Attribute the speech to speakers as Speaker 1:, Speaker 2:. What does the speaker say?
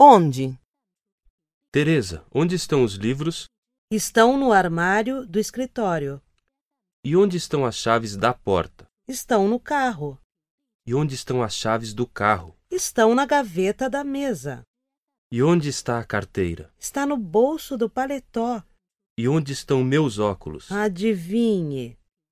Speaker 1: Onde?
Speaker 2: Teresa, onde estão os livros
Speaker 3: Estão no armário do escritório.
Speaker 2: e onde estão as chaves da porta?
Speaker 3: Estão no carro.
Speaker 2: E onde estão as chaves do carro?
Speaker 3: Estão na gaveta da mesa.
Speaker 2: E onde está a carteira?
Speaker 3: Está no bolso do paletó. Ah,
Speaker 2: E onde estão meus óculos?
Speaker 3: Adivinhe.